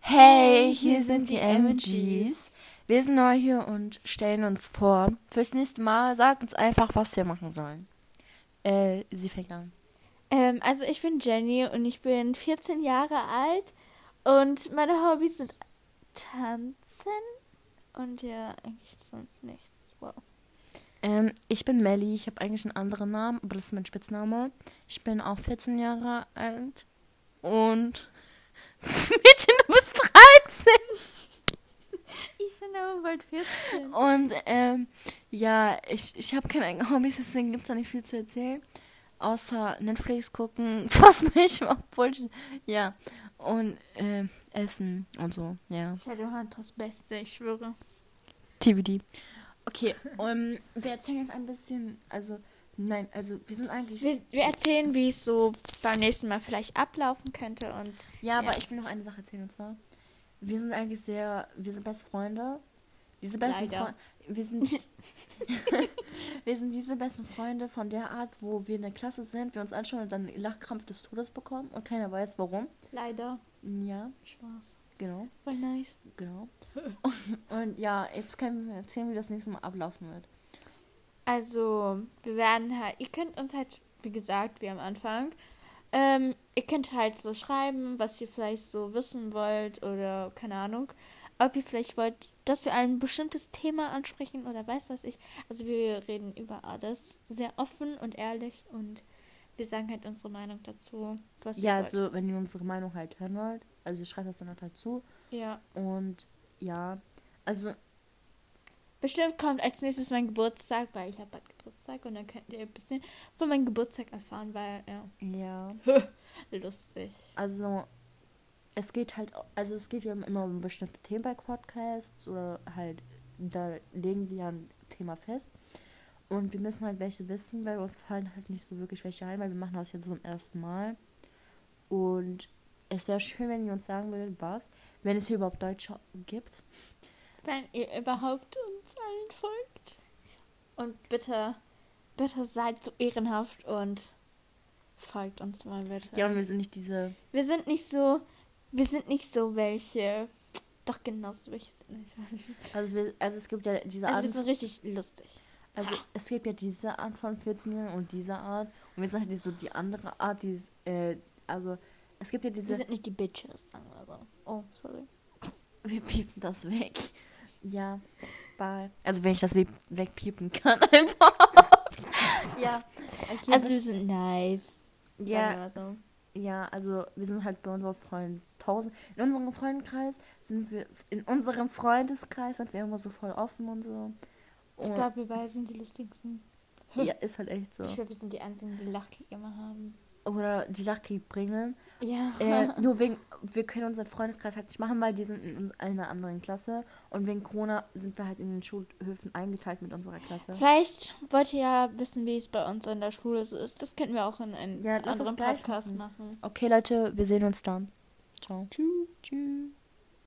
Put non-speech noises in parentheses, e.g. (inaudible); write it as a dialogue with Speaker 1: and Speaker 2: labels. Speaker 1: Hey, hier sind die MGs. Wir sind neu hier und stellen uns vor. Fürs nächste Mal sagt uns einfach, was wir machen sollen. Äh, sie fängt an.
Speaker 2: Ähm, also ich bin Jenny und ich bin 14 Jahre alt und meine Hobbys sind tanzen und ja, eigentlich sonst nichts. Wow.
Speaker 1: Ähm, ich bin Melly. Ich habe eigentlich einen anderen Namen, aber das ist mein Spitzname. Ich bin auch 14 Jahre alt. Und. (laughs) Mädchen, du bist 13!
Speaker 2: Ich bin aber bald (laughs) 14.
Speaker 1: Und ähm, ja, ich, ich habe keine eigenen Hobbys, deswegen gibt es da nicht viel zu erzählen. Außer Netflix gucken, (laughs) was mich obwohl ich- Ja. Und ähm, essen und so, ja.
Speaker 2: Shadowhunt das Beste, ich schwöre.
Speaker 1: TVD. Okay, um, wir erzählen jetzt ein bisschen, also, nein, also wir sind eigentlich.
Speaker 2: Wir, wir erzählen, wie es so beim nächsten Mal vielleicht ablaufen könnte und
Speaker 1: Ja, aber
Speaker 2: Ja.
Speaker 1: ich will noch eine Sache erzählen und zwar, wir sind eigentlich sehr, wir sind beste Freunde. Diese besten
Speaker 2: Leider.
Speaker 1: Freunde, wir
Speaker 2: (laughs)
Speaker 1: sind, (laughs) wir sind diese besten Freunde von der Art, wo wir in der Klasse sind, wir uns anschauen und dann Lachkrampf des Todes bekommen und keiner weiß warum.
Speaker 2: leider
Speaker 1: Ja,
Speaker 2: Spaß.
Speaker 1: genau,
Speaker 2: Voll nice. (laughs)
Speaker 1: genau. Und ja, jetzt können wir erzählen, wie das nächste Mal ablaufen wird.
Speaker 2: Also, wir werden halt, ihr könnt uns halt, wie gesagt, wie am Anfang, ähm, ihr könnt halt so schreiben, was ihr vielleicht so wissen wollt oder keine Ahnung, ob ihr vielleicht wollt, dass wir ein bestimmtes Thema ansprechen oder weiß was ich. Also, wir reden über alles sehr offen und ehrlich und wir sagen halt unsere Meinung dazu. Was
Speaker 1: Ja,
Speaker 2: ihr wollt.
Speaker 1: also wenn ihr unsere Meinung halt hören wollt, also ihr schreibt das dann halt dazu
Speaker 2: Ja.
Speaker 1: und ja, also
Speaker 2: Bestimmt kommt als nächstes mein Geburtstag, weil ich habe bald Geburtstag und dann könnt ihr ein bisschen von meinem Geburtstag erfahren, weil, ja,
Speaker 1: ja.
Speaker 2: lustig.
Speaker 1: Also, es geht halt, also es geht ja immer um bestimmte Themen bei Podcasts oder halt, da legen die ja ein Thema fest. Und wir müssen halt welche wissen, weil uns fallen halt nicht so wirklich welche ein, weil wir machen das jetzt so zum ersten Mal. Und es wäre schön, wenn ihr uns sagen würdet, was, wenn es hier überhaupt Deutsche gibt.
Speaker 2: wenn ihr überhaupt uns allen folgt. Und bitte, bitte seid so ehrenhaft und folgt uns mal bitte.
Speaker 1: Ja, und wir sind nicht diese,
Speaker 2: Wir sind nicht so, wir sind nicht so welche. Doch genau so welche sind nicht.
Speaker 1: also wir, also es gibt ja diese
Speaker 2: Also
Speaker 1: Art,
Speaker 2: wir sind richtig lustig.
Speaker 1: also es gibt ja diese Art von 14-Jährigen und diese Art. Und wir sind halt die- so die andere Art, die, ist, äh, also es gibt ja diese...
Speaker 2: Wir sind nicht die Bitches, sagen wir so. Oh, sorry.
Speaker 1: Wir piepen das weg. Ja, bye. Also wenn ich das we- wegpiepen kann, (laughs) einfach. ja. Okay,
Speaker 2: also
Speaker 1: also,
Speaker 2: wir sind nice. Sagen wir
Speaker 1: ja,
Speaker 2: mal so.
Speaker 1: ja, also wir sind halt bei unseren Freunden tausend. In unserem Freundenkreis sind wir, in unserem Freundeskreis sind wir immer so voll offen und so.
Speaker 2: Ich
Speaker 1: Und
Speaker 2: glaube, wir beide sind die lustigsten.
Speaker 1: ja, ist halt echt so.
Speaker 2: Ich glaube, wir sind die einzigen, die Lachkick immer haben.
Speaker 1: Oder die Lachkrieg bringen.
Speaker 2: Ja.
Speaker 1: Äh,
Speaker 2: (laughs)
Speaker 1: nur wegen, wir können unseren Freundeskreis halt nicht machen, weil die sind in uns- einer anderen Klasse. Und wegen Corona sind wir halt in den Schulhöfen eingeteilt mit unserer Klasse.
Speaker 2: Vielleicht wollt ihr ja wissen, wie es bei uns in der Schule so ist. Das könnten wir auch in einem
Speaker 1: Ja, lass uns
Speaker 2: anderen
Speaker 1: gleich
Speaker 2: Podcast
Speaker 1: machen.
Speaker 2: machen.
Speaker 1: Okay, Leute, wir sehen uns dann. Ciao. Tschüss. Tschüss.